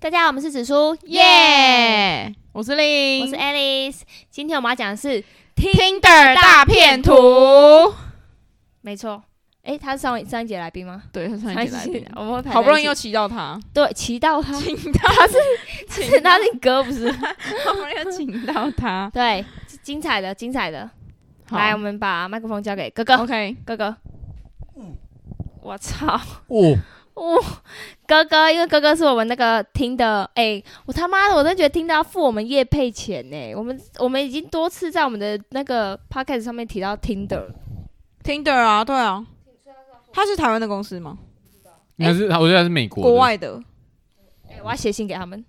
大家好，我们是紫苏，耶、嗯我是令，我是 Alice。今天我们要讲的是， Tinder 大骗图。没错，诶，他是上一上一节来宾吗？对，他上一集来宾，我们会排在一起好不容易又骑到他，对骑到他，请到 他是，是他是哥不 是？ 好不容易又请到 他。对，精彩的，精彩的。好来，我们把麦克风交给哥哥， ，OK，哥哥。嗯我操！哦，哦，哥哥，因为哥哥是我们那个听的，哎、我他妈的，我真觉得听到要付我们业配钱呢、我们我们已经多次在我们的那个 podcast 上面提到听的， Tinder 啊，对啊，他是台湾的公司吗？应该是我觉得是美国的国外的。哎、我要写信给他们。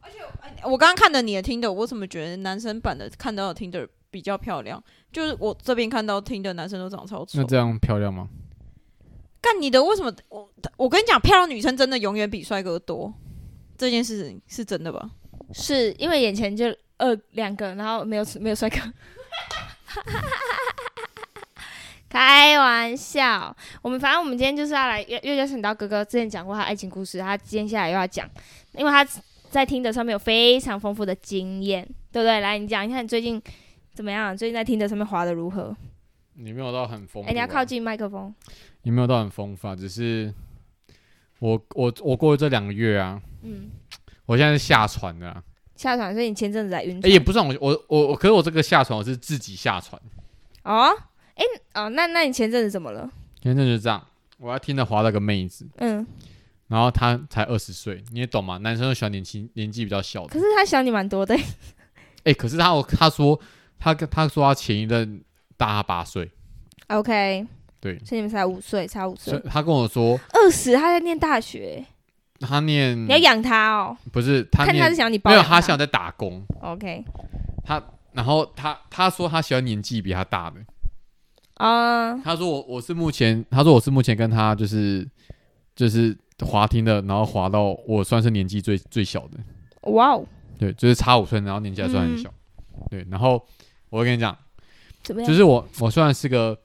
我刚刚看的你的 Tinder，我怎么觉得男生版的看到的 Tinder 比较漂亮？就是我这边看到 Tinder 男生都长超丑那。这样漂亮吗？干你的，为什么我我跟你讲，漂亮女生真的永远比帅哥多，这件事情是真的吧？是因为眼前就二两个，然后没有没有帅哥。 开玩笑，我们反正我们今天就是要来又又邀请到哥哥之前讲过他的爱情故事，他接下来又要讲，因为他在听的上面有非常丰富的经验，对不对？来，你讲一下你最近怎么样？啊最近在听的上面滑的如何？你没有到很丰哎、富啊，你要靠近麦克风。你没有到很丰富啊，只是我我我过这两个月啊，嗯，我现在是下船的、啊，下船，所以你前阵子在晕船、哎、也不算我我我我，可是我这个下船我是自己下船，哦，哎、哦，那那你前阵子怎么了？前阵子这样，我要听着滑到个妹子，嗯，然后她才二十岁，你也懂嘛，男生都喜欢年轻年纪比较小的，可是他想你蛮多的、哎、可是她我她说她她说她前一任大她八岁， OK，对所以你们才五岁，差五所以岁，她跟我说二十他在念大学，她念你要养他哦，不是她看他是嗯念想你包没有养她想在打工。 OK，然后他他说他喜欢年纪比他大的，啊、他说我我是目前他说我是目前跟他就是就是滑听的，然后滑到我算是年纪最最小的，哇哦，对，就是差五岁，然后年纪还算很小，嗯对，然后我跟你讲，怎么样？就是我我虽然是个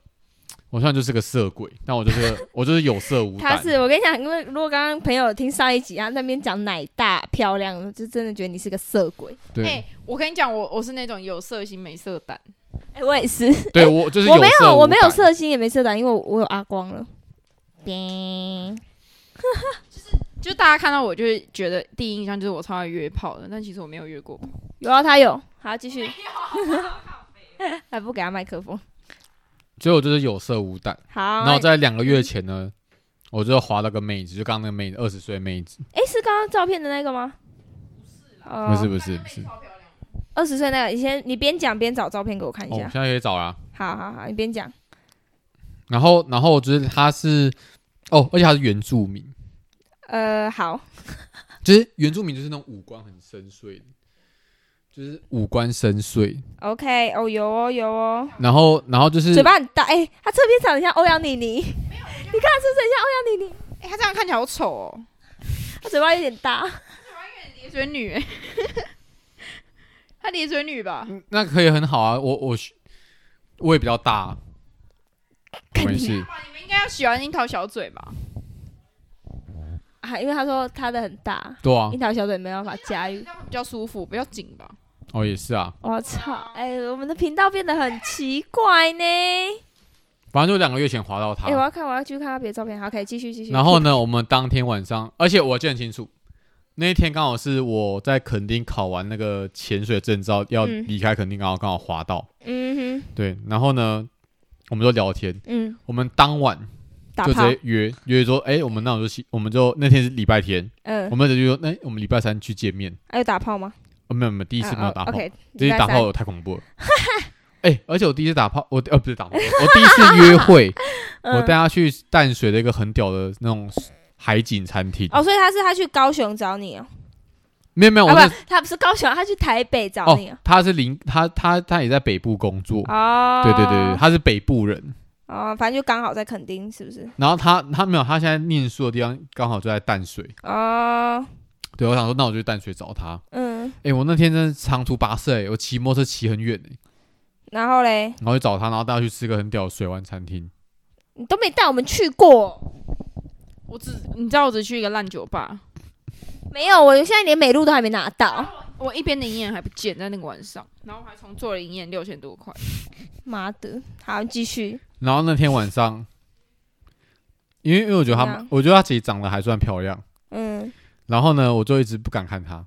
我虽然就是个色鬼，但我就是个 我就是有色无他胆，是我跟你讲，因为如果刚刚朋友听上一集，他那边讲奶大漂亮，就真的觉得你是个色鬼。对、我跟你讲，我我是那种有色心没色胆。哎、我也是，对我就是我没色有，无我没有胆，色心也没色胆，因为我我有阿光了。叮，就大家看到我，就会觉得第一印象就是我超爱约炮的，但其实我没有约过炮。有啊，他有，好，继续。还不给他麦克风，所以我就是有色无胆。好。然后在两个月前呢，我就滑到个妹子，就刚刚那个妹子二十岁的妹子，哎、是刚刚照片的那个吗？哦不是不是不是，二十岁那个，你先你边讲边找照片给我看一哦，我下。现在可以找啦、好好好，你边讲。然后，然后就是他是哦，而且他是原住民，呃，好，就是原住民就是那种五官很深邃的，就是五官深邃。 ，OK，哦，有哦有哦，然后，然后就是嘴巴很大，哎、他侧边长得像欧阳妮妮，你看他是不是很像欧阳妮妮？哎、他这样看起来好丑哦，他嘴巴有点大，咧嘴女、欸，他咧嘴女吧？嗯那可以很好啊，我我我也比较大，啊没关系。哇，你们应该要喜欢樱桃小嘴吧？啊，因为他说他的很大，对啊樱，桃小嘴没办法驾驭。比较舒服，比较紧吧？哦也是啊，我操，哎、我们的频道变得很奇怪呢。反正就两个月前滑到哎、我他。要看，我要去看他别的照片。好，可以继续继续。然后呢，我们当天晚上，而且我记得很清楚，那一天刚好是我在垦丁考完那个潜水证照，要嗯离开垦丁，刚好刚好滑到。嗯哼，对，然后呢，我们就聊天，嗯，我们当晚打就直炮，接约约说，哎、我们那我就去，我们就那天是礼拜天，嗯我，们直接说，那、我们礼拜三去见面。还有打炮吗？啊哦，没有没有，第一次没有打炮， o k 这一打炮太 恐怖了。哎、而且我第一次打炮，我 呃不是打炮，我第一次约 会，嗯我带他去淡水的一个很屌的那种海景餐厅。哦，所以他是他去高雄找你哦，没有没有，我啊那不，他不是高雄，他去台北找哦你哦。，他是林，他他他也在北部工作，哦，对对对对，，他是北部人。哦，反正就刚好在垦丁，是不是？然后他他没有，他现在念书的地方刚好就在淡水。哦，对，我想说，那我就去淡水找他。嗯，哎、我那天真的长途跋涉、欸，我骑摩托车骑很远、欸，然后嘞，然后去找他，然后带他去吃个很屌的水湾餐厅。你都没带我们去过，我只你知道，我只去一个烂酒吧，没有，我现在连美露都还没拿到。我一边的营业还不见，在那个晚上，然后我还重做了营业六千多块。妈的，好，继续。然后那天晚上，因为因为我觉得她怎样，我觉得她其实长得还算漂亮。嗯，然后呢，我就一直不敢看她，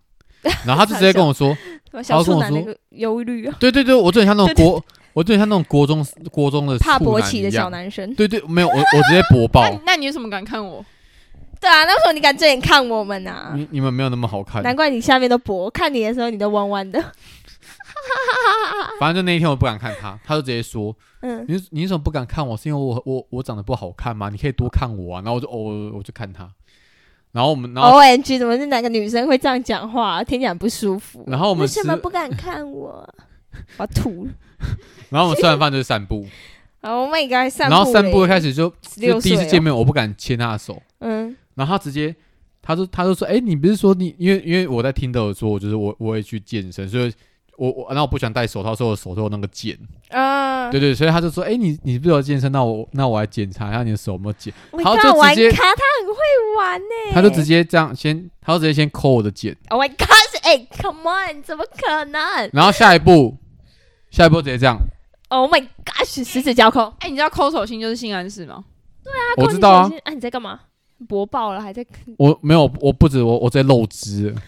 然后她就直接跟我说 什么小跟处我男那说个忧虑啊，：“对对对，我就很像那种国，我就很像那种国中国中的怕处勃男起一的小样男生。对对，没有我我直接播 那报，那你有什么敢看我？对啊，那为什么你敢正眼看我们啊？你你们没有那么好嗯看。难怪你下面都薄，看你的时候你都弯弯的。反正就那一天我不敢看她，她就直接说：嗯，你你为什么不敢看我？是因为我我我长得不好看吗？你可以多看我啊。然后我就哦，我我就看她。然后我们然后 O M G，怎么是哪个女生会这样讲话、听起来很不舒服。然后我们为吃什，么不敢看 我？我要吐了。然后我们吃完饭就散步， Oh my god，散然步后散步嘞一开始就就16第一次岁哦见面，我不敢牵她的手，嗯然后她直接，她就她就说，哎、你不是说你因为因为我在听的说，我就是我我会去健身，所以我我然后我不喜欢戴手套，所以我手都有那个茧，啊，对对，所以她就说，哎、你你不是有健身，那我那我来检查一下你的手有没有茧，我好靠，就玩直接咖，他很会玩呢、她就直接这样先，她就直接先抠我的茧， Oh my god，哎、c o m e on，怎么可能然后下一步下一步直接这样， ？Oh my gosh，十指交扣。哎、你知道抠手心就是性暗示吗？我知道啊扣你手，心。啊，你在干嘛？勃爆了，还在我没有我不止我我直接露汁了，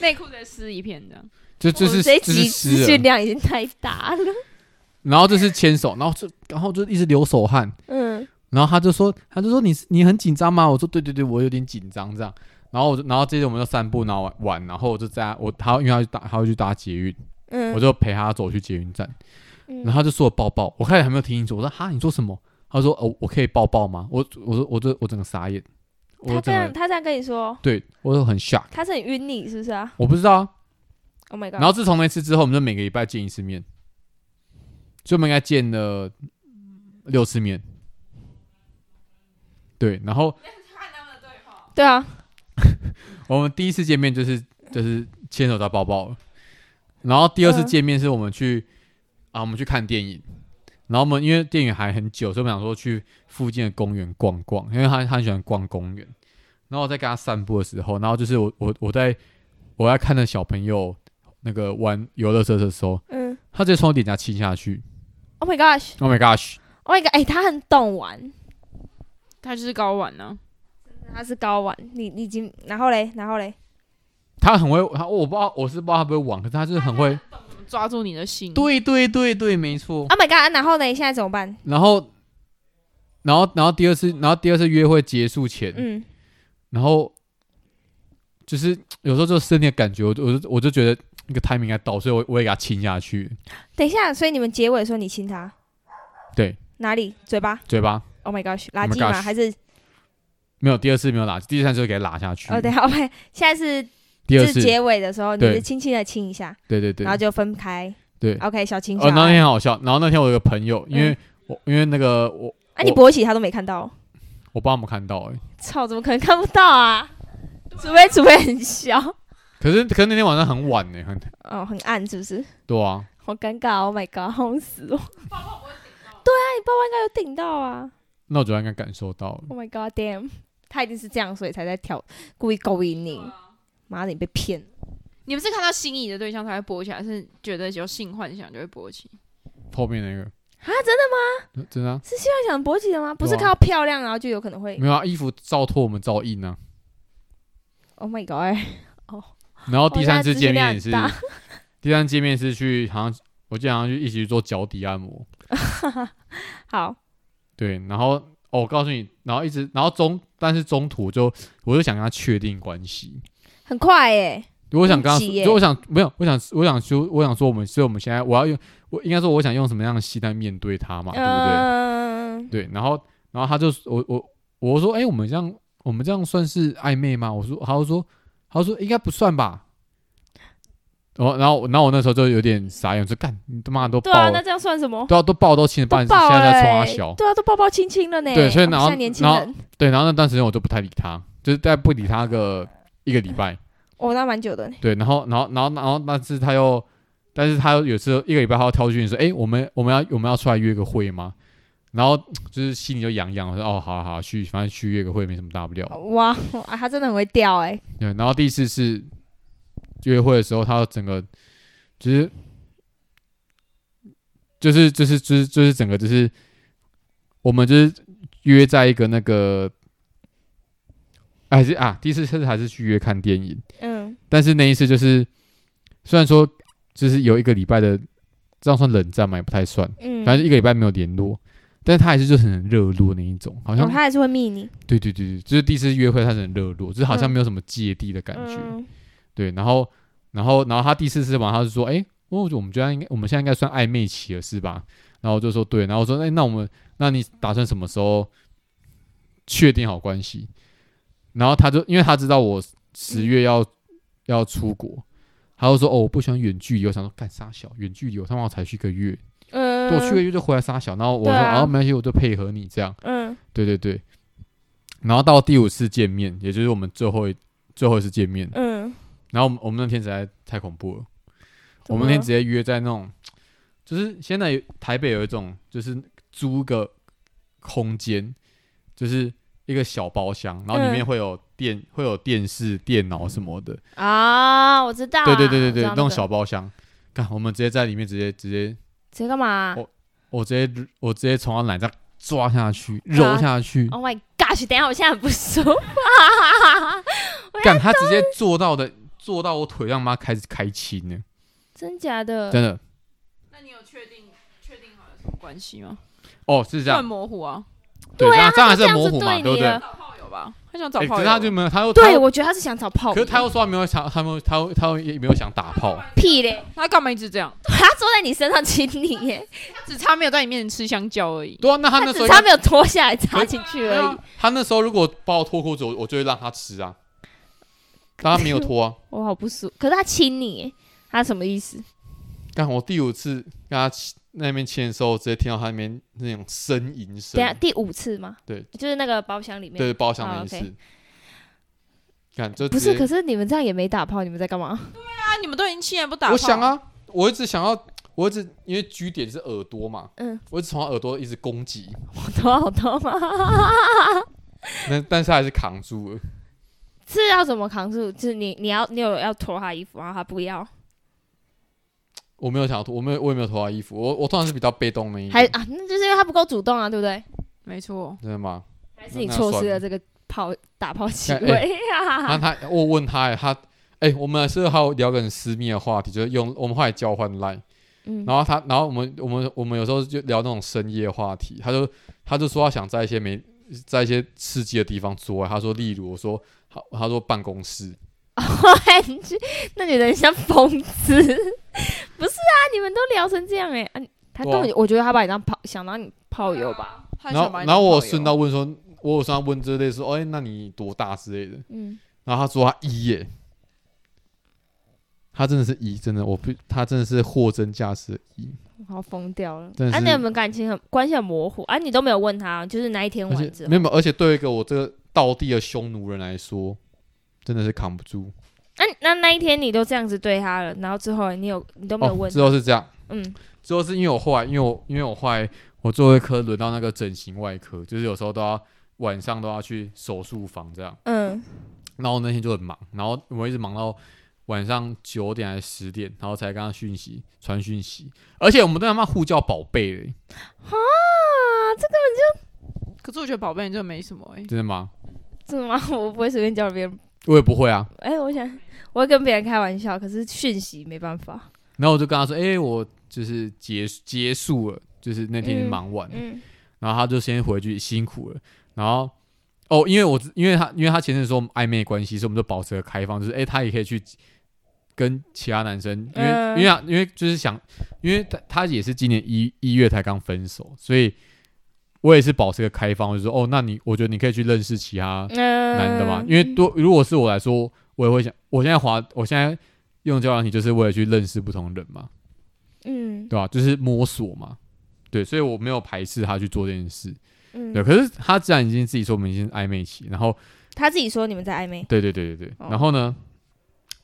内裤的湿一片这样。就就我们是这一就集是湿资了讯。量已经太大了。然后就是牵手，然后就然后就一直流手汗，嗯，然后他就说他就说你你很紧张吗？我说对对对，我有点紧张这样。然后我就然后接着我们就散步，然后玩，然后我就在我他因为他去搭他会去搭捷运，嗯我就陪他走去捷运站，嗯然后他就说我抱抱，我开始还没有听清楚，我说哈你说什么？他说哦我可以抱抱吗？我我说我就我整个傻眼，我他这整样，个他这样跟你说，对我就很 shock，他是很晕你，是不是啊我不知道啊。 ？Oh my god！然后自从那次之后，我们就每个礼拜见一次面，所以我们应该见了六次面。对，然后对啊，我们第一次见面就是就是牵手到抱抱了，然后第二次嗯见面是我们去、啊，我们去看电影，然后我们因为电影还很久，所以我们想说去附近的公园逛逛，因为他他很喜欢逛公园。然后我在跟他散步的时候，然后就是我我我在我在看着小朋友那个玩游乐设施的时候，嗯他直接从我脸颊亲下去，Oh my gosh，Oh ，Oh my gosh！ my god！哎、他很懂玩，他就是啊睾丸呢、他是高玩，你你已经，然后嘞，然后嘞，他很会，他我不知道我是不知道他会不会玩，可是他就是很会。抓住你的心。，对对对对，没错。 Oh my god！然后呢？现在怎么办？然后，然后，然后第二次，然后第二次约会结束前，嗯，然后就是有时候就身体的感觉，我就我就我就觉得那个 timing 应该到，所以我我也给他亲下去，等一下，所以你们结尾的时候你亲他对，哪里？嘴巴嘴巴？Oh my gosh！ Oh 垃 my 圾吗？ gosh 还是没有，第二次没有拉，第三次就给他拉下去。哦？等一下，o k 现在是第二就是次，结尾的时候，你对是轻轻的亲一下，对对对然后就分开。对。 OK，小亲嗯小哦，那爱。天很好笑。然后那天我有个朋友，因为、我因为那个我啊，你我勃起他都没看到，哦我帮他们看到哎、欸操，怎么可能看不到啊？除非除非很小，可是可是那天晚上很晚呢、很哦，很暗是不是？对啊。好尴尬，Oh my god，好死哦！对啊，你爸爸应该有顶到啊那我觉得应该感受到了。 ！Oh my god，damn，他一定是这样，所以才在挑，故意勾引你。妈的，你被骗了！你们是看到心仪的对象才会勃起，还是觉得有性幻想就会勃起？后面那个啊，真的吗？呃真的啊、是性幻想勃起的吗？不是对啊靠漂亮，然后就有可能会没有啊，衣服照脱我们照印啊。 Oh my god， 哦然后第三次见面也我是现在， 第三次见面是去好像我记得好像去一起去做脚底按摩，好，对，然后哦我告诉你，然后一直然后中但是中途就我就想跟他确定关系，很快耶、如果想跟他很急耶说，就我想没有，我想我想说我想说我们所以我们现在我要用我应该说我想用什么样的心态面对他嘛，对不对？嗯，对，然后然后他就我我我说，哎、我们这样我们这样算是暧昧吗？我说，他就说，他就说应该不算吧。然后然后然后我那时候就有点傻眼，我说干你他妈都对爆啊，了，那这样算什么？对啊都爆都亲了，都半死，抱现在在冲了他耶小，对啊，都抱抱亲亲了呢。对所以我们然后现在年轻然后人，对，然后那段时间我就不太理他，就是大概不理他个一个礼拜，哦，那蛮久的呢。对，然后然后然后然后那次他又，但是他又有次一个礼拜他要挑讯说，哎、我们我们要我们要出来约个会吗？然后就是心里就痒痒，我说哦，好啊好啊去，反正去约个会没什么大不了。哇，啊他真的很会钓哎、对，然后第四次约会的时候，他整个就是就是就是就是就是整个就是我们就是约在一个那个还是啊，第四次还是去约看电影，嗯，但是那一次就是虽然说就是有一个礼拜的，这样算冷战嘛，也不太算，嗯反正一个礼拜没有联络。但是他还是就是很热络那一种，好像、哦，他还是会密你，对对对对，就是第一次约会，他是很热络，就是好嗯像没有什么芥蒂的感觉。嗯对，然后，然后，然后他第四次玩，他就说：“哎、我我们觉得应该，我们现在应该算暧昧期了，是吧？”然后我就说：“对。”然后我说：“哎、那我们，那你打算什么时候确定好关系？”然后他就因为他知道我十月要、要出国，他就说：“哦，我不喜欢远距离。”我想说：“干啥小远距离？我他妈我才去一个月，嗯，多去个月就回来撒小。”然后我说：“哦对啊然后没关系，我就配合你这样。”嗯对对对。然后到第五次见面，也就是我们最后一最后一次见面，嗯，然后我们我们那天实在太恐怖了，怎我么们那天了直接约在那种，就是现在有台北有一种就是租个空间，就是一个小包厢，然后里面嗯会有电、会有电视、电脑什么的，啊，我知道啊，对对对我对知对，道那那种个小包厢。看，我们直接在里面直接直接，这干嘛啊我我直接我直接从他奶上抓下去，揉啊下去， ？Oh my gosh！等一下，我现在很不舒服。干、他直接坐到的坐到我腿上，妈开始开青呢， 真假的？真的那你有确定确定好有什么关系吗？哦是这很样，模糊啊，对，对这啊样这样还他就是很这样子模糊嘛，对对不你对了？找炮友吧，哎他想找欸炮可友，啊是他就没有，他又他对，又我觉得他是想找炮友。可是他又说他没有想，他没有，他又他又也没有想打炮，屁嘞，他干嘛一直这样？他坐在你身上亲你耶，他只差没有在你面前吃香蕉而已。对啊，那他他那时候只差没有脱下来插进去没有而已啊。他那时候如果把我脱裤子，我我就会让他吃啊，但他没有脱啊。我好不舒服。可是他亲你耶，他什么意思？但我第五次跟他亲那边亲的时候，直接听到他那边那种呻吟声等一，下第五次吗？对，就是那个包厢里面。对，包厢那一哦，OK 次，看就不直是，接可是你们这样也没打炮，你们在干嘛？ 啊，你们都已经七年不打炮，我想，啊，我一直想要，我一直因为居点是耳朵嘛，嗯，我一直从他耳朵一直攻击，我头好痛啊！ 但但是他还是扛住了。是要怎么扛住？就是你你要你有要脱他衣服，然后他不要，我没有想要脱，我没有，我也没有脱他衣服。我我通常是比较被动的一还点，啊，那就是因为他不够主动啊，对不对？没错，真的吗？还是你错失了这个炮打炮机哎会那 啊？他我问他、欸，他哎、我们是还有聊个很私密的话题，就是用我们后来交换 line，嗯，然后他，然后我们我们我们有时候就聊那种深夜话题，他就他就说他想在一些没在一些刺激的地方做爱，他说例如我说他他说办公室，哦那女人像疯子， 不是啊？你们都聊成这样哎、啊你他根本就，我觉得他把你当炮，想当你炮友吧。他然想后把你然后我当炮友顺道问说，我有顺道问这类说，哎、那你多大之类的，嗯，然后他说他一耶，他真的是一，真的，我不，他真的是货真价实的一，我好疯掉了真。的啊，是你们感情很关系很模糊啊，你都没有问他，就是那一天而晚之且后没有，没有，而且对一个我这个道地的匈奴人来说，真的是扛不住。那、啊那那一天你都这样子对他了，然后之后你有你都没有哦，问，之后是这样，嗯，之后是因为我后来，因为我因为我后来我最后一科轮到那个整形外科，就是有时候都要晚上都要去手术房这样，嗯然后那天就很忙，然后我一直忙到。晚上九点还是十点，然后才跟他讯息传讯息，而且我们都他妈互叫宝贝嘞，啊，这个可是我觉得宝贝你这没什么哎、真的吗？怎么 我不会随便叫别人？我也不会啊。哎、我想我会跟别人开玩笑，可是讯息没办法。然后我就跟他说：“哎、我就是结结束了，就是那天嗯忙完了嗯然后他就先回去辛苦了，然后哦，因为我知因为他因为他前阵子说我们暧昧关系，所以我们就保持了开放，就是诶，他也可以去跟其他男生，因为、嗯因为他因为就是想，因为他他也是今年一一月才刚分手，所以我也是保持个开放，我就说哦，那你我觉得你可以去认识其他嗯，男的嘛，因为多如果是我来说，我也会想，我现在滑我现在用交友软体就是为了去认识不同人嘛，嗯对吧、就是摸索嘛，对，所以我没有排斥他去做这件事。对，嗯，可是他既然已经自己说我们已经暧昧期，然后他自己说你们在暧昧，对对对对对，哦然后呢，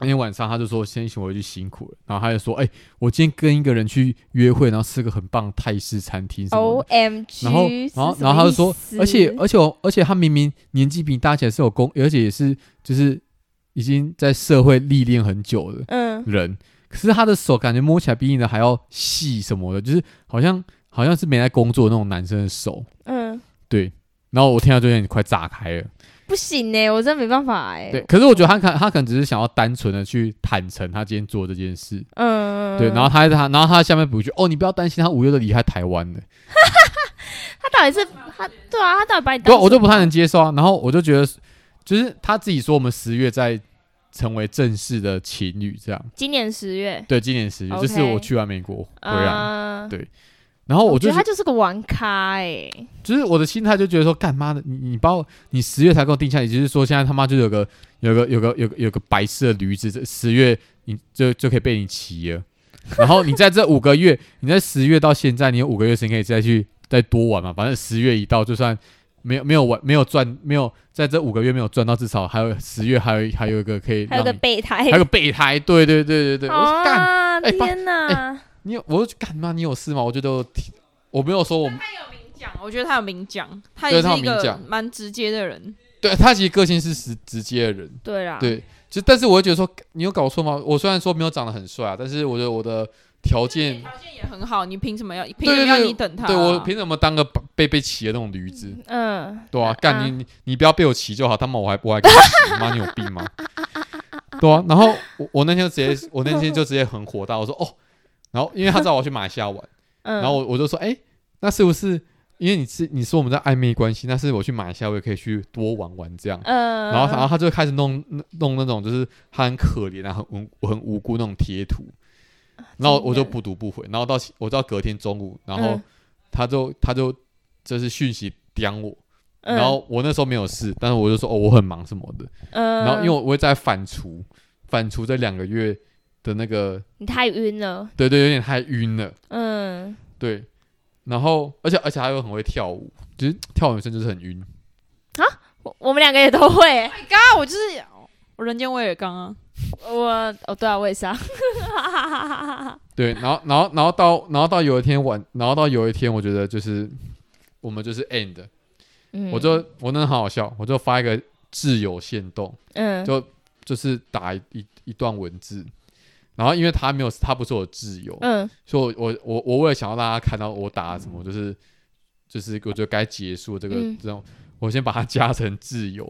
那天晚上他就说先请我回去辛苦了，然后他就说，哎、我今天跟一个人去约会，然后吃个很棒的泰式餐厅什么的。 O M G，然后，然后，然后他就说，而且，而且我，而且他明明年纪比你大起来是有功，而且也是就是已经在社会历练很久的嗯，人，可是他的手感觉摸起来比你的还要细什么的，就是好像好像是没在工作的那种男生的手。嗯，然后我听到就有点快炸开了。不行呢、欸我真的没办法哎、对，可是我觉得他可他可能只是想要单纯的去坦诚他今天做这件事。嗯，对，然后他他然后他下面补一句，哦，你不要担心，他五月都离开台湾了。他到底是他，对啊，他到底把你对当啊，我就不太什能么接受啊。然后我就觉得，就是他自己说我们十月在成为正式的情侣，这样。今年十月对，今年十月，就是我 OK 去完美国回嗯，来，啊对然后我我就觉得他是就是个玩咖哎、就是我的心态就觉得说，干妈的，你你把我你十月才给我定下来，也就是说现在他妈就有个有个有个有个有个白色的驴子，这十月你就就可以被你 骑了。然后你在这五个月，你在十月到现在，你有五个月时间可以再去再多玩嘛？反正十月一到，就算没有没有玩没有赚没有在这五个月没有赚到，至少还有十月还有还有一个可以还有让个你备胎，还有个备胎，对对对对对，我说干啊！哎爸天哪！你有我就干嘛？你有事吗？我觉得我挺我没有说我讲，我觉得他有明讲，他对也是他有一明个讲蛮直接的人。对他其实个性是直直接的人，对啦，对，就但是我会觉得说你有搞错吗？我虽然说没有长得很帅啊，但是我觉得我的条件，条件也很好，你凭什么要？凭什对对么要对，你等他啊？对我凭什么当个被被骑的那种驴子？嗯，对啊，干啊你你你不要被我骑就好，他妈我还我还跟你骑，妈你有病吗？ 对啊，然后我我那天就直接我那天就直接很火大，我说哦，然后因为他知道我要去马来西亚玩，嗯，然后我我就说，哎、那是不是因为你是你说我们在暧昧关系，那是我去马来西亚我也可以去多玩玩这样。嗯，然后，然后他就开始弄弄那种，就是他很可怜啊，很无很无辜那种贴图。然后我就不读不回。然后到我到隔天中午，然后嗯他就、他就就是讯息刁我。嗯，然后我那时候没有事，但是我就说哦我很忙什么的。嗯，然后因为我会在反刍反刍这两个月的那个，你太晕了，对对，有点太晕了。嗯，对，然后而且而且他又很会跳舞，就是跳舞女生就是很晕。我我们两个也都会，啊，我就是我人间威尔刚啊，我哦对啊，我也是啊，哈哈哈哈哈哈对，然后然后然后到然后到有一天晚，然后到有一天，我觉得就是我们就是 end，、嗯我就我那很好笑，我就发一个挚友限动，嗯就就是打一一一段文字。然后，因为他没有，他不是我的挚友，嗯所以我我我我为了想要让他看到我打了什么，就是就是我觉得该结束这个、嗯这种，我先把他加成挚 友，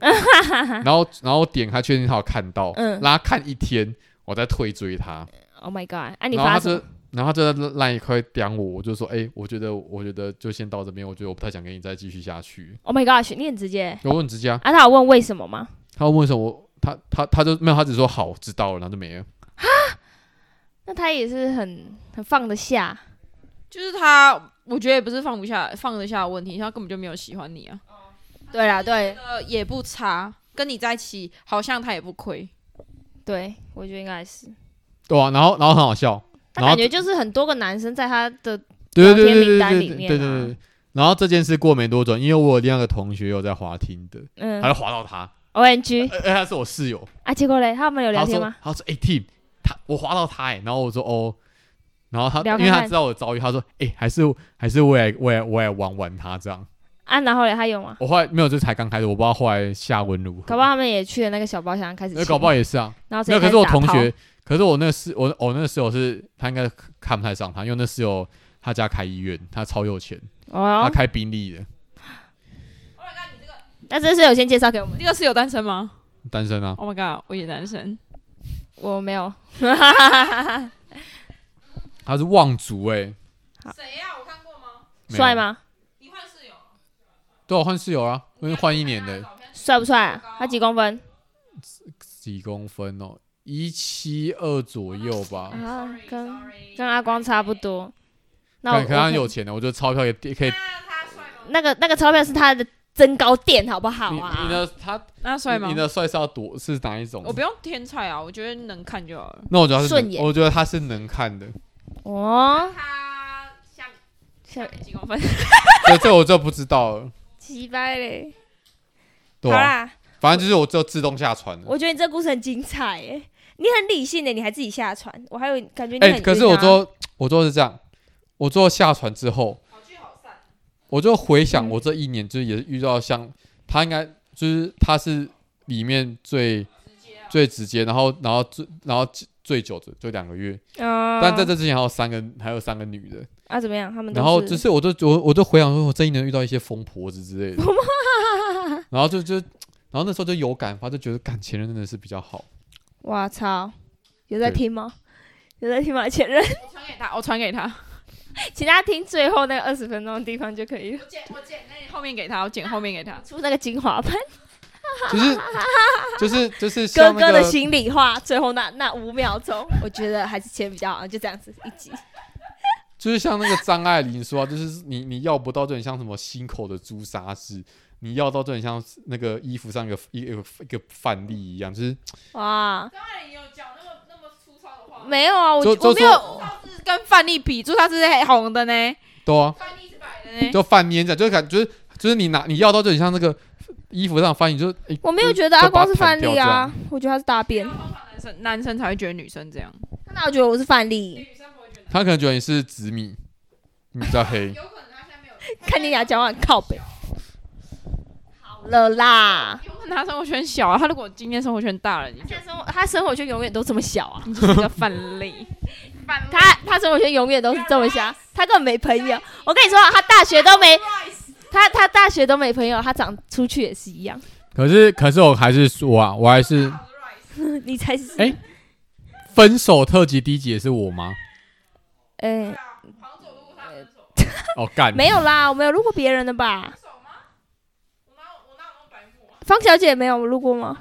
然后然后我点开确定他有看到，嗯让他看一天，我再退追他， ，Oh my God，啊你然后发他什么就？然后他就在那一块刁我，我就说，哎、我觉得我觉得就先到这边，我觉得我不太想跟你再继续下去。 ？Oh my God，你很直接，我问直接啊，啊他有问为什么吗？他问什么，我他他他就没有，他只说好知道了，然后就没了。那他也是很很放得下，就是他，我觉得也不是放不下、放得下的问题，他根本就没有喜欢你啊，对啦对呃，也不差，跟你在一起好像他也不亏。对，我觉得应该是，对啊，然后然后很好笑，他然感后觉就是很多个男生在他的聊对对天对对名对单对里对面对啊对。然后这件事过没多久，因为我有另外一个同学有在滑听的，嗯他就滑到他， O N G 而而他是我室友，啊，结果嘞，他们有聊他天说吗？他说哎、Tim，他我滑到他哎、然后我说哦，然后他聊因为看他看知道我的遭遇，他说哎、还是还是我也我也我也玩玩他这样。啊，然后嘞，他有吗？我后来没有，这才刚开始，我不知道后来下文如何。搞不好他们也去了那个小包厢开始那亲，搞不好也是啊，然后直没有。接哦开可是始我打炮同学，可是我那个室我我那个室友是他应该看不太上他，因为那室友他家开医院，他超有钱，他哦，开宾利的，那这是有先介绍给我们，这个是有单身吗单身啊。 ？Oh my god，我也单身。我没有，他是望族哎、欸，谁呀、我看过吗？哦没有帅？吗？你换室友，对啊，我换室友啊，我已经换一年的，帅不帅啊？他几公分？几公分哦，一七二左右吧。啊，跟跟阿光差不多。那我可可他我有钱的，我觉得钞票也也可以。那个那个钞票是他的增高垫，好不好你你啊？的他那帅吗你？的帅是要多是哪一种我？不用天菜啊，我觉得能看就好了。那我觉得他是顺能，眼我觉得他是能看的。哦，他下小面几公分？对，这我就不知道了。鸡掰嘞！好对啊，啦，反正就是我就自动下船了。我觉得你这故事很精彩诶，你很理性的，你还自己下船，我还有感觉你哎、很、啊可是我最，后我最后是这样，我最后下船之后，我就回想嗯我这一年，就是也是遇到像他应该就是他是里面最最直接，然后然后最然后最最久的就两个月，啊、但在这之前还有三个还有三个女的，啊怎么样？他们都然后就是我就我我就回想说我这一年遇到一些疯婆子之类的， 然后就就然后那时候就有感发，就觉得感前任真的是比较好， 哇操，有在对听吗？有在听吗？前任， 我传给他，我传给他，请大家听最后那个二十分钟的地方就可以了，我剪我剪那后面给他，我剪后面给他。出那个精华版，就是就是就是哥像那哥的个心里话，最后那那五秒钟， 我觉得还是前比较好，就这样子一集。就是像那个张爱玲说、啊，就是你你要不到就很像什么心口的朱砂痣，你要到就很像那个衣服上一个一个一个范例一样，就是哇，张爱玲有讲那么那么粗糙的话，没有啊，我就我就没有说是跟范例比，朱砂是黑红的呢，对啊，范例是白的哎呢。就范粘着，就是感就是就是你拿你要到就很像那个衣服上翻译，就是、诶我没有就是觉得阿就把光它是范砍掉例这啊样，我觉得他是大便。男生男生才会觉得女生这样，他哪有觉得我是范例？女生不会觉得。，他可能觉得你是紫米，你比较黑有可能他现在没有，看你俩讲话很靠北。好了啦，有可能他生活圈小啊。他如果今天生活圈大了，你他 就生活他生活圈永远都这么小啊，你就是一个范例。范他他生活圈永远都是这么小，他根本没朋友。我跟你说啊，他大学都没他他大学都没朋友，他长出去也是一样。 可是可是我还是说啊，我还是 你才是哎分手特辑第一集也是我吗？哎哦干，没有啦，我没有录过别人的吧？啊方小姐没有录过吗？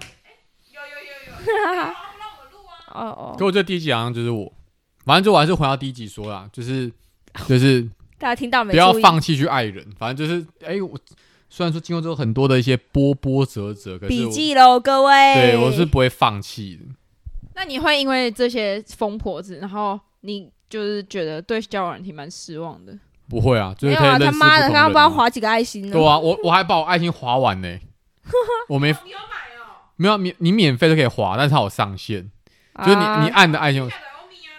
哦哦，可我这第一集好像就是我，反正就我还是回到第一集说啦，就是就是。大家听到没？不要注意放弃去爱人，反正就是，哎、我虽然说经过之后很多的一些波波折折，可是笔我记喽，各位。对我是不会放弃的。那你会因为这些疯婆子，然后你就是觉得对交友软体蛮失望的？不会啊，就没是有可以啊，认识他不妈的，同刚刚人不知道嘛划几个爱心呢。对啊，我我还把我爱心划 完呢、我没你有买哦？没有啊免你免费都可以划，但是它有上限，就是你、你啊按的爱心有看欧米啊？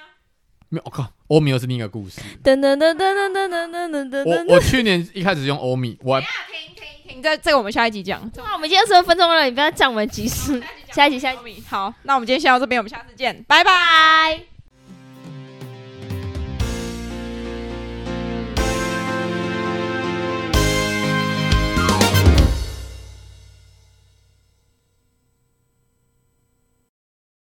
没有？我、哦靠，欧米又是另一个故事。噔噔噔噔噔噔噔噔噔噔我我去年一开始用欧米，我还停停停，这这个我们下一集讲。那我们今天二十二分钟了，你不要占我们集数。下一集下一集集。好，那我们今天先到这边，我们下次见，拜拜。拜。